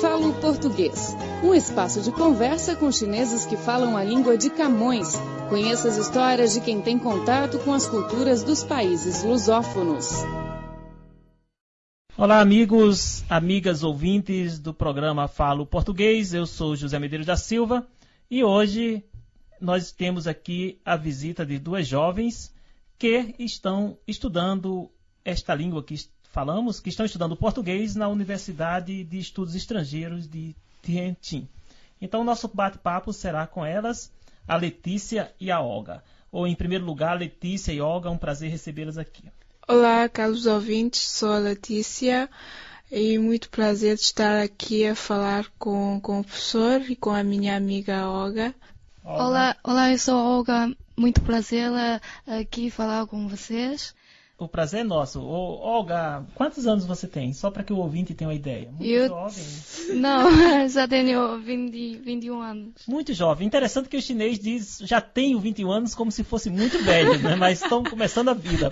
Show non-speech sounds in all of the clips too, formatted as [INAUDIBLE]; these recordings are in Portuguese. Falo Português, um espaço de conversa com chineses que falam a língua de Camões. Conheça as histórias de quem tem contato com as culturas dos países lusófonos. Olá, amigos, amigas ouvintes do programa Falo Português. Eu sou José Medeiros da Silva e hoje nós temos aqui a visita de duas jovens que estão estudando esta língua que falamos, que estão estudando português na Universidade de Estudos Estrangeiros de Tianjin. Então, nosso bate-papo será com elas, a Letícia e a Olga. Ou, em primeiro lugar, Letícia e Olga, é um prazer recebê-las aqui. Olá, caros ouvintes, sou a Letícia e muito prazer de estar aqui a falar com, com o professor e com a minha amiga Olga. Olá, olá, eu sou a Olga, muito prazer eh, aqui falar com [LAUGHS] vocês. O prazer é nosso. Ô, Olga, quantos anos você tem? Só para que o ouvinte tenha uma ideia. Muito Eu- jovem. Não, [LAUGHS] já tenho 20, 21 anos. Muito jovem. Interessante que o chinês diz já tenho 21 anos como se fosse muito velho, né? Mas estão começando a vida.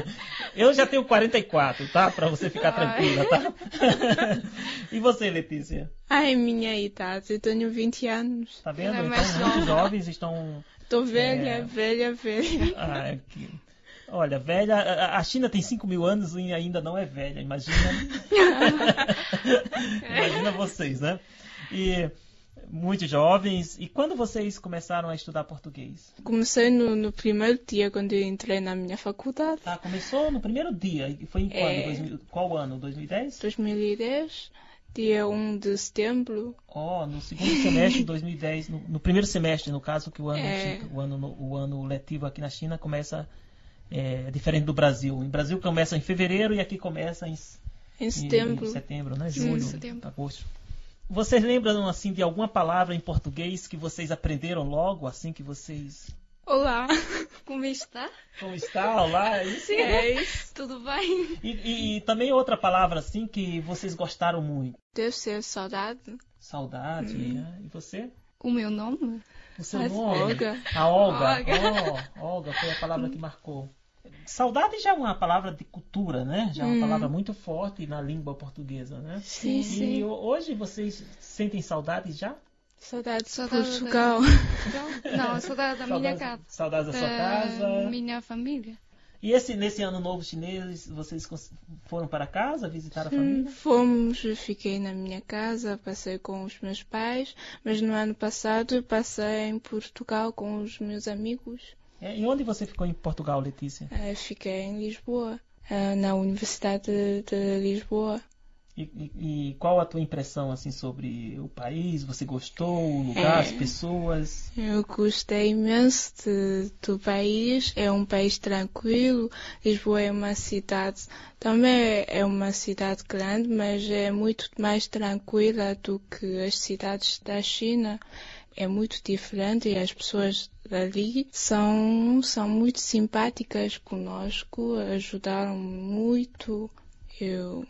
[LAUGHS] Eu já tenho 44, tá? Para você ficar tranquila, tá? [LAUGHS] E você, Letícia? Ai, minha idade, eu tenho 20 anos. Tá vendo? Ela é Então, mais muitos jovem. jovens estão Tô velha, É. velha, velha. [LAUGHS] Ah, que- Olha, velha, a- a China tem 5 mil anos e ainda não é velha, [LAUGHS] imagina. imagina vocês, né? E muito jovens. E quando vocês começaram a estudar português? Comecei no, no primeiro dia quando eu entrei na minha faculdade, Ah, começou no primeiro dia. E Foi em quando? É. 2000 Qual ano? 2010? 2010, dia 1 de setembro. Oh, no segundo semestre de 2010, no, no primeiro semestre, no caso, que o ano, É. chi- o ano, o ano letivo aqui na China começa é, diferente do Brasil. Em Brasil começa em fevereiro e aqui começa em Em Em- setembro, Em setembro, né? Sim, Julho, setembro. agosto. Vocês lembram, assim, de alguma palavra em português que vocês aprenderam logo, assim que vocês... Olá! Como está? Como está? Olá! Isso. É Tudo bem? E, e- e também outra palavra, assim, que vocês gostaram muito. Deve ser saudade. Saudade, Hum. né? E você? O meu nome? O seu Mas nome? Olga. A Olga. Oh, Olga foi a palavra que marcou. Saudade já é uma palavra de cultura, né? Já é uma palavra muito forte na língua portuguesa, né? Hum. Sim, E ho- hoje vocês sentem saudade já? Saudade de Saudade da- Portugal. Não, sou da, da minha Saudades- casa. Saudades da sua casa. minha família. E esse, nesse ano novo chinês, vocês cons- foram para casa visitar a família? Hum, Fomos, eu fiquei na minha casa, passei com os meus pais, mas no ano passado eu passei em Portugal com os meus amigos. É, e onde você ficou em Portugal, Letícia? Eh, Fiquei em Lisboa, eh, na Universidade de- de Lisboa. E, e- e qual a tua impressão assim sobre o país? Você gostou, o lugar, É. as pessoas? Eu gostei imenso de- do país, é um país tranquilo. Lisboa é uma cidade, também é uma cidade grande, mas é muito mais tranquila do que as cidades da China. É muito diferente e as pessoas dali são, são muito simpáticas conosco, ajudaram muito. Eu,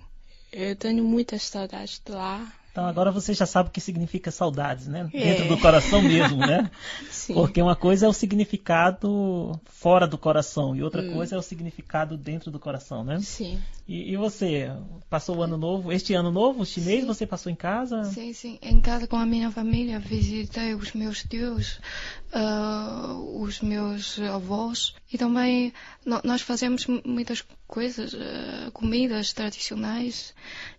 eu tenho muitas saudades de lá. Então agora você já sabe o que significa saudades, né? É. Dentro do coração mesmo, né? [LAUGHS] Sim. Porque uma coisa é o significado fora do coração e outra Hum. coisa é o significado dentro do coração, né? Sim. E, e você passou o ano novo, este ano novo chinês você passou em casa? Sim, sim. Em casa com a minha família visitei os meus tios, ah, os meus avós e também no- nós fazemos mu- muitas coisas, ah, comidas tradicionais.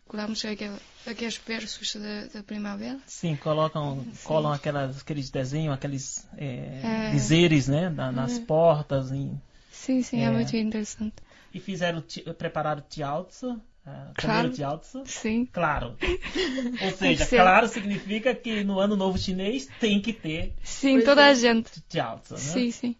Colamos aquele- aqueles versos da- da primavera. Sim, colocam, colam aquelas, aqueles desenhos, aqueles é, É. dizeres, né, na- nas portas em- Sim, sim, é, É. muito interessante. e fizeram, ti- prepararam tiaozi, ah, comeram Claro. tiaozi. Sim. [LAUGHS] Claro. Ou seja, ser. claro significa que no ano novo chinês tem que ter Sim, toda a gente. tiaozi, né? Sim, sim.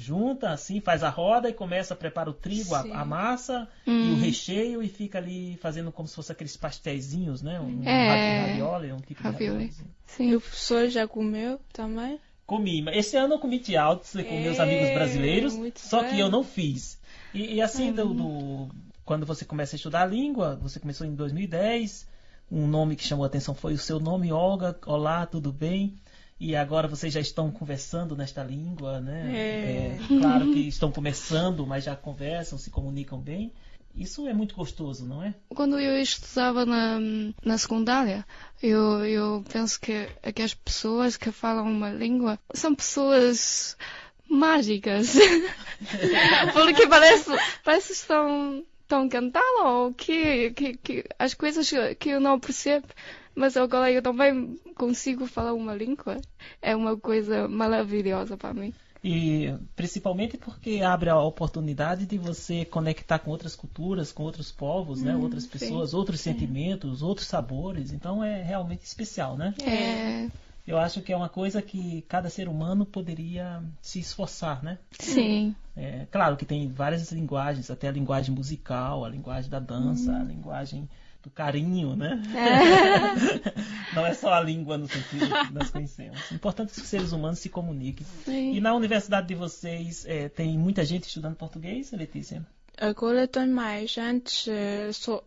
Junta assim, faz a roda e começa a preparar o trigo, a, Sim. a massa e Hum. o recheio e fica ali fazendo como se fosse aqueles pasteizinhos, né? Um É. ra- ravioli, um tipo Ravioli. de ravioli. E o professor já comeu também? Comi, mas esse ano eu comi tiaozi com meus É, amigos brasileiros, muito só que bem. eu não fiz. E, e assim, do, do- quando você começa a estudar a língua, você começou em 2010, um nome que chamou a atenção foi o seu nome, Olga, olá, tudo bem? E agora vocês já estão conversando nesta língua, né? É. claro que estão começando, mas já conversam, se comunicam bem. Isso é muito gostoso, não é? Quando eu estudava na, na secundária, eu, eu penso que, que as pessoas que falam uma língua são pessoas mágicas. [LAUGHS] Porque parece, parece que estão, estão cantando ou que, que, que as coisas que eu não percebo. Mas agora eu também consigo falar uma língua. É uma coisa maravilhosa para mim. E principalmente porque abre a oportunidade de você conectar com outras culturas, com outros povos, né? Hum, outras sim. pessoas, outros sentimentos, outros sabores. Então é realmente especial, né? É, Eu acho que é uma coisa que cada ser humano poderia se esforçar, né? sim. É, claro que tem várias linguagens, até a linguagem musical, a linguagem da dança, Hum. a linguagem do carinho, né? [LAUGHS] Não é só a língua no sentido que nós conhecemos. O importante é que os seres humanos se comuniquem. E sim. na universidade de vocês é, tem muita gente estudando português, Letícia? Agora tem mais. Antes eh, só-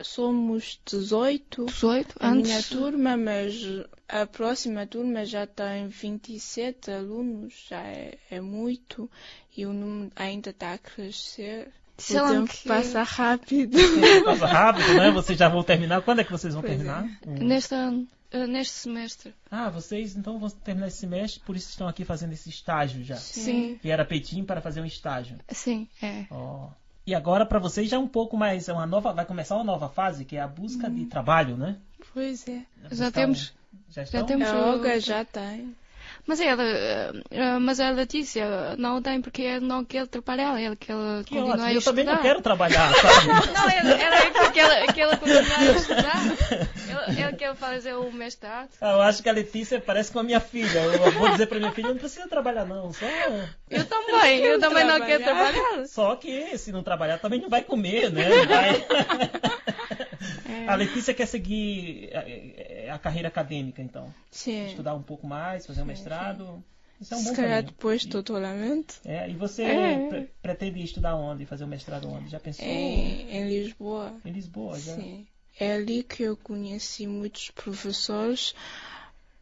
somos 18 18 a minha anos. turma, mas a próxima turma já tem 27 alunos, já é, é muito e o número ainda está a crescer. Sei o lá tempo que- passa [LAUGHS] rápido. Passa rápido, né? Vocês já vão terminar. Quando é que vocês vão Pois é. terminar? Hum. Neste ano, eh, neste semestre. Ah, vocês então vão terminar esse semestre, por isso estão aqui fazendo esse estágio já. Sim. Vieram a Petim para fazer um estágio. Sim, é. Ó. E agora para vocês já é um pouco mais, é uma nova, vai começar uma nova fase, que é a busca de trabalho, né? Pois é. Hum. Já Estão- temos. já, já estão? temos- A Olga já tem. Mas ela, eh, eh, mas a Letícia não tem porque ela não quer trabalhar, ela quer Que continuar ótimo. a Eu estudar. também não quero trabalhar, sabe? Não, ela, ela é porque ela, que ela continua [LAUGHS] a estudar. Ela, ela quer fazer o mestrado. Eu acho que a Letícia parece com a minha filha. Eu vou dizer para minha filha, não precisa trabalhar não, só Eu também, [LAUGHS] eu também não quero trabalhar. trabalhar. Só que se não trabalhar também não vai comer, né? [LAUGHS] Não É. vai. A Letícia quer seguir eh, eh, a carreira acadêmica, então. Sim. Estudar um pouco mais, fazer um mestrado. Isso é um bom É. Se calhar caminho. depois doutoramento É, e você É. pre- pretende estudar onde? Fazer um mestrado onde? Já pensou? em, em Lisboa. Em Lisboa, já. É. Sim. É ali que eu conheci muitos professores,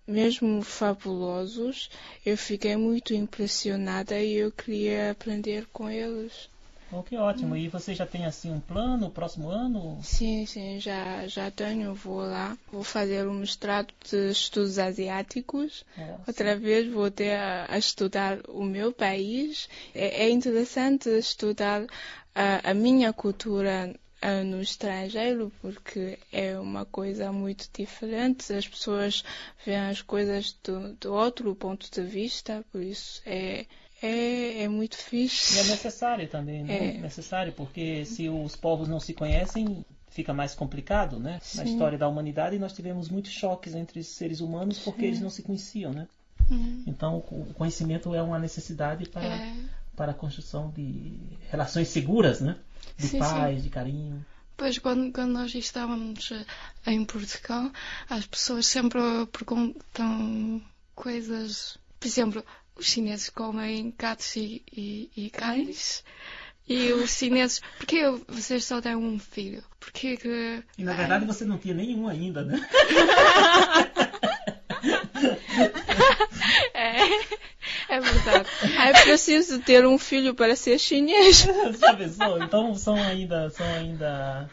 mesmo fabulosos. Eu fiquei muito impressionada e eu queria aprender com eles. Bom, Oh, que Hum. ótimo. E você já tem assim um plano, próximo ano? Sim, sim, já, já tenho. Vou lá. Vou fazer um mestrado de estudos asiáticos. Nossa. Outra vez vou ter a, a estudar o meu país. É, é interessante estudar a, a minha cultura ah, no estrangeiro porque é uma coisa muito diferente. As pessoas veem as coisas do, do outro ponto de vista, por isso é, é, é muito E é [LAUGHS] fixe. necessário também, né? É. Necessário, porque se os povos não se conhecem, fica mais complicado, né? Na Sim. história da humanidade, nós tivemos muitos choques entre os seres humanos porque eles não se conheciam, né? Hum, Então, o co- o conhecimento é uma necessidade para, é. para a construção de relações seguras, né? De Sim, paz, de carinho. Pois, quando, quando nós estávamos eh, em Portugal, as pessoas sempre perguntam coisas. Por exemplo, os chineses comem gatos e, e, e cães. E os chineses. Por que vocês só têm um filho? Por que que. E, na verdade, você não tinha nenhum ainda, né? É, é verdade. É preciso ter um filho para ser chinês. [LAUGHS] Já pensou? Então são ainda, são ainda.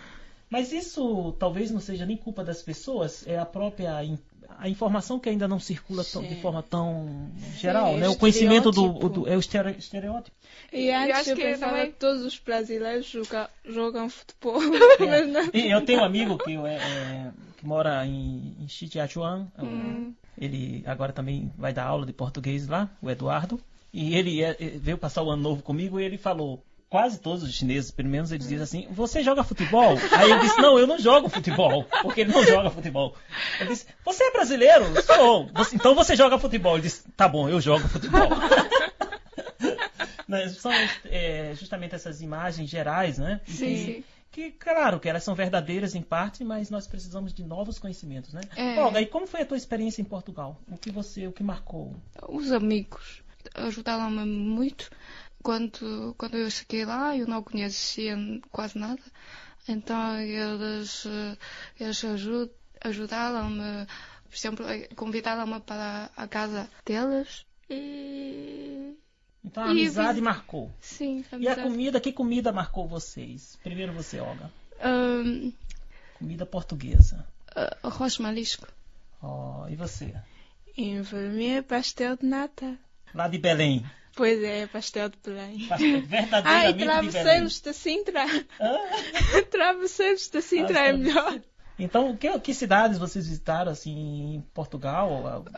Mas isso talvez não seja nem culpa das pessoas, é a própria in- a informação que ainda não circula tão- de Sim. forma tão geral, É, né? O conhecimento do, estereótipo. do- é o estere- estereótipo. E antes eu, acho que pensava também- que todos os brasileiros joga- jogam futebol, É. mas não. E Eu tenho um amigo que, é- é- que mora em, em Shijiachuan, é um- ele agora também vai dar aula de português lá, o Eduardo, e ele é- é- veio passar o ano novo comigo e ele falou Quase todos os chineses, pelo menos, eles dizem assim: Você joga futebol? Aí eu disse: Não, eu não jogo futebol, porque ele não joga futebol. Ele disse: Você é brasileiro? Eu Sou. "Você- então você joga futebol? Ele disse: Tá bom, eu jogo futebol. [LAUGHS] Né, São é, justamente essas imagens gerais, né? E [LAUGHS] Sim, sim. que claro que elas são verdadeiras em parte, mas nós precisamos de novos conhecimentos, né? É. Olga, e como foi a tua experiência em Portugal? O que você, o que marcou? Os amigos ajudaram-me muito. Quando, quando eu cheguei lá, eu não conhecia quase nada. Então eles, eh, eles aju- ajudaram-me, por exemplo, eh, convidaram-me para a casa deles. E Então a amizade marcou. Sim, E a amizade. comida, que comida marcou vocês? Primeiro você, Olga. Ahn, Comida portuguesa. ah, Hum, arroz de marisco. Ó, e você? Em vermelho, pastel de nata. Lá de Belém. [LAUGHS] Pois é, pastel de Belém. Ah, e Verdadeiramente de Belém. travesseiros da Sintra. [LAUGHS] Hã? Travesseiros da Sintra é melhor. Então, que, que cidades vocês visitaram, assim, em Portugal? Olga,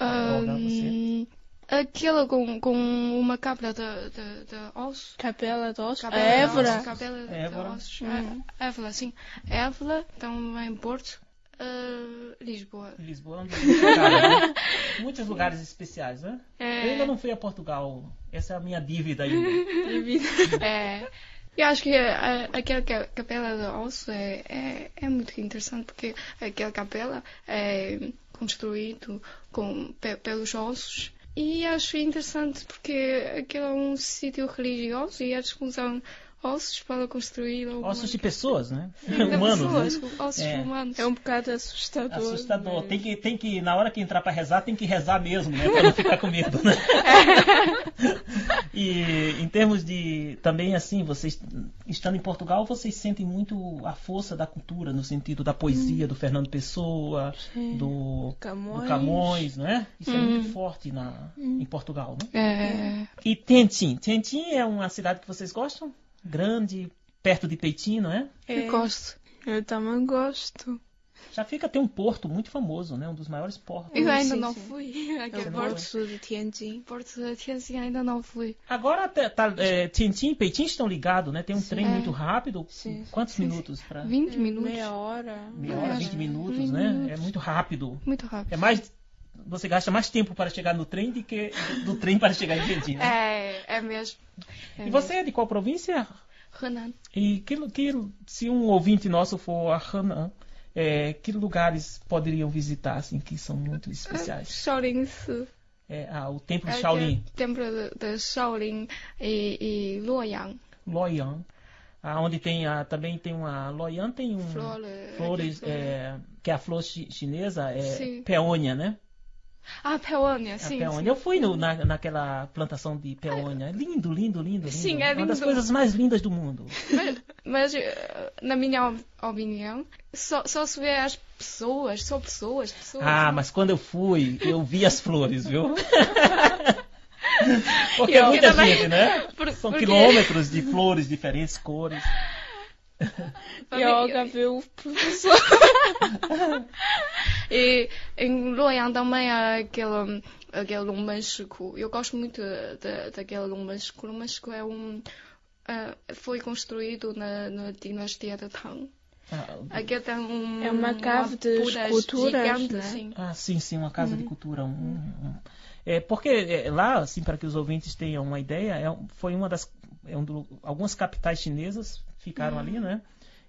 você? Ahn, aquela Hum, com, com uma cabra de, de, de osso. Capela dos Cabela a de então, Évora. ossos, cabela de Évora. ossos. Uhum. É- Évora, sim. Évora, também Porto. ah, Lisboa. Lisboa é um dos lugares, né? [LAUGHS] Muitos lugares especiais, né? É, Eu ainda não fui a Portugal. Essa é a minha dívida ainda. é. Eu acho que ah, aquela ca- capela de osso é, é, é muito interessante porque aquela capela é construída com, pe- pelos ossos e acho interessante porque aquele é um sítio religioso e eles usam ossos para construir alguma... Ossos de pessoas, né? Então, Humanos, né? pessoas, ossos É. humanos. É um bocado assustador. é? Assustador. mas- Tem que, tem que, na hora que entrar pra rezar, tem que rezar mesmo, né? Pra não ficar com medo, né? e em termos de. Também assim, vocês estando em Portugal, vocês sentem muito a força da cultura, no sentido da poesia do Fernando Pessoa, Sim. do, Camões. do Camões, não é? Isso é muito forte na, em Portugal, né? É, E Tentim. Tentim é uma cidade que vocês gostam? Grande, perto de Peitim, não é? É, Eu gosto. eu também gosto. Já fica tem um porto muito famoso, né? Um dos maiores portos. Eu ainda sim, não sim. É fui [LAUGHS] àquele Eu vou. Porto. gosto de Tianjin. Porto de Tianjin ainda não fui. Agora tá, tá, é, Tianjin e Peitim estão ligados, né? Tem um trem É. muito rápido. Sim. Quantos minutos para 20 minutos. É, Meia hora. meia hora, É. 20 minutos, Vinte né? É minutos. muito rápido. Muito rápido. É mais você gasta mais tempo para chegar no trem do que do trem para chegar em Tianjin. né? É, é mesmo. É E você é de qual província? mesmo. Renan. E que, que se um ouvinte nosso for a Hanan, é, que lugares poderiam visitar assim que são muito Ah, especiais? Shaolin-se. É, ah, o templo de Shaolin, Templo de- de Shaolin e, e Luoyang. Loyang, ah, onde tem a, também tem uma Loyang tem um Flores. eh, flores é, que é a flor chi- chinesa é Sim. peônia, né? Ah, Peônia, A sim. é peônia. Eu fui no- na, naquela plantação de peônia. É Lindo, lindo, lindo, lindo. Sim, é Uma das lindo. coisas mais lindas do mundo. Mas, mas, eh, na minha ob- opinião, só, só se vê as pessoas, só pessoas, pessoas. Ah, não- mas quando eu fui, eu vi as flores, [LAUGHS] viu? Porque é Eu- muita eu também- gente, né? Por- São porque- quilômetros de flores, diferentes cores. E a Olga viu o professor. E em Luoyang também há aquele, aquele Lumbanchico. Eu gosto muito da, daquele Lumbanchico. Lumbanchico é um. ah, foi construído na, na dinastia de Tang. Ah, Aqui tem um, É uma cave de Buda esculturas, gigante, né? assim. Ah, sim, sim, uma casa Uhum. de cultura. um- um- É, porque é, lá, assim, para que os ouvintes tenham uma ideia, é um- foi uma das. é um do- algumas capitais chinesas ficaram ali, Uhum. né?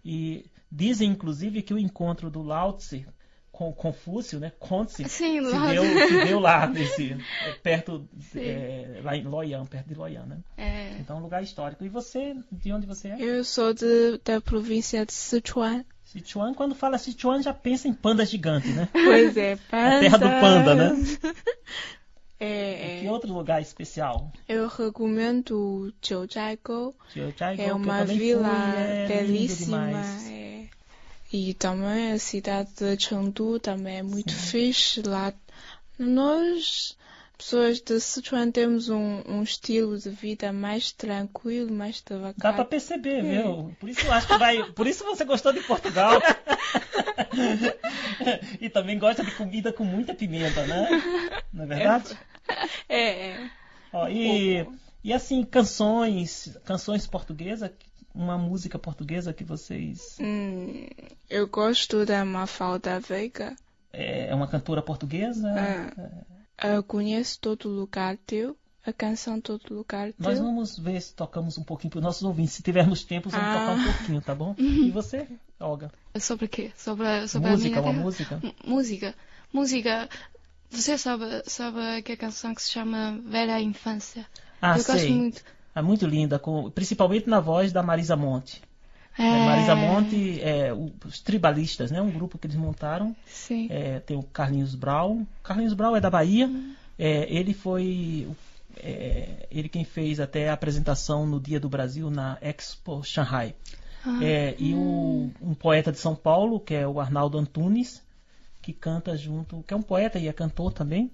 E dizem, inclusive, que o encontro do Lao Tse com Confúcio, né? Conte Sim, se lá- deu, se deu [LAUGHS] lá, nesse, é, perto, Sim. é, lá em Loyang, perto de Loyang, né? [LAUGHS] É. Então, um lugar histórico. E você, de onde você é? [LAUGHS] Eu sou de, da província de Sichuan. Sichuan, quando fala Sichuan, já pensa em panda gigante, né? Pois é, [LAUGHS] panda. A terra do panda, né? E É, Que é. outro lugar especial? Eu recomendo o Jiuzhaigou. Jiuzhaigou, que É eu uma também fui, vila é lindo belíssima. demais. é. E também a cidade de Chengdu também é muito fixe lá. Nós, pessoas de Sichuan, temos um, um estilo de vida mais tranquilo, mais Dá pra devagar. perceber, É. viu? Por isso eu acho que vai. Por isso você gostou de Portugal. [LAUGHS] e também gosta de comida com muita pimenta, né? Não é verdade? É, é. Ó, e, e assim, canções, canções portuguesas, uma música portuguesa que vocês. Hum, eu gosto da Mafalda Veiga. É é uma cantora portuguesa? É, Ah. Eu conheço todo lugar teu, a canção todo lugar Nós teu. vamos ver se tocamos um pouquinho para os nossos ouvintes. Se tivermos tempo, vamos Ah. tocar um pouquinho, tá bom? E você, Olga? É Sobre quê? Sobre, [LAUGHS] sobre Música, a minha uma terra? música? M- Música. Música. Você sabe, sabe que a canção que se chama Velha Infância? Ah, Eu gosto sei. muito. É muito linda, com- principalmente na voz da Marisa Monte. É... É, Marisa Monte, é, o- os tribalistas, né? Um grupo que eles montaram. Sim. É, tem o Carlinhos Brown. Carlinhos Brown é da Bahia. É, ele É, foi o é, ele quem fez até a apresentação no Dia do Brasil na Expo Shanghai. Ah, hum. É, e o, um poeta de São Paulo, que é o Arnaldo Antunes, que canta junto, que é um poeta e é cantor também,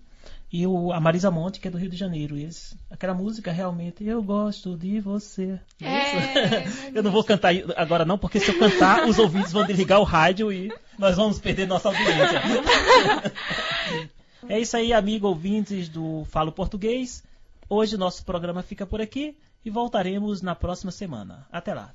e o, a Marisa Monte, que é do Rio de Janeiro. E eles- aquela música realmente, eu gosto de você. É, Isso. [LAUGHS] eu não vou cantar agora não, porque se eu [LAUGHS] cantar, os ouvintes vão desligar o rádio e nós vamos perder nossa audiência. [LAUGHS] É isso aí, amigo ouvintes do Falo Português. Hoje nosso programa fica por aqui e voltaremos na próxima semana. Até lá.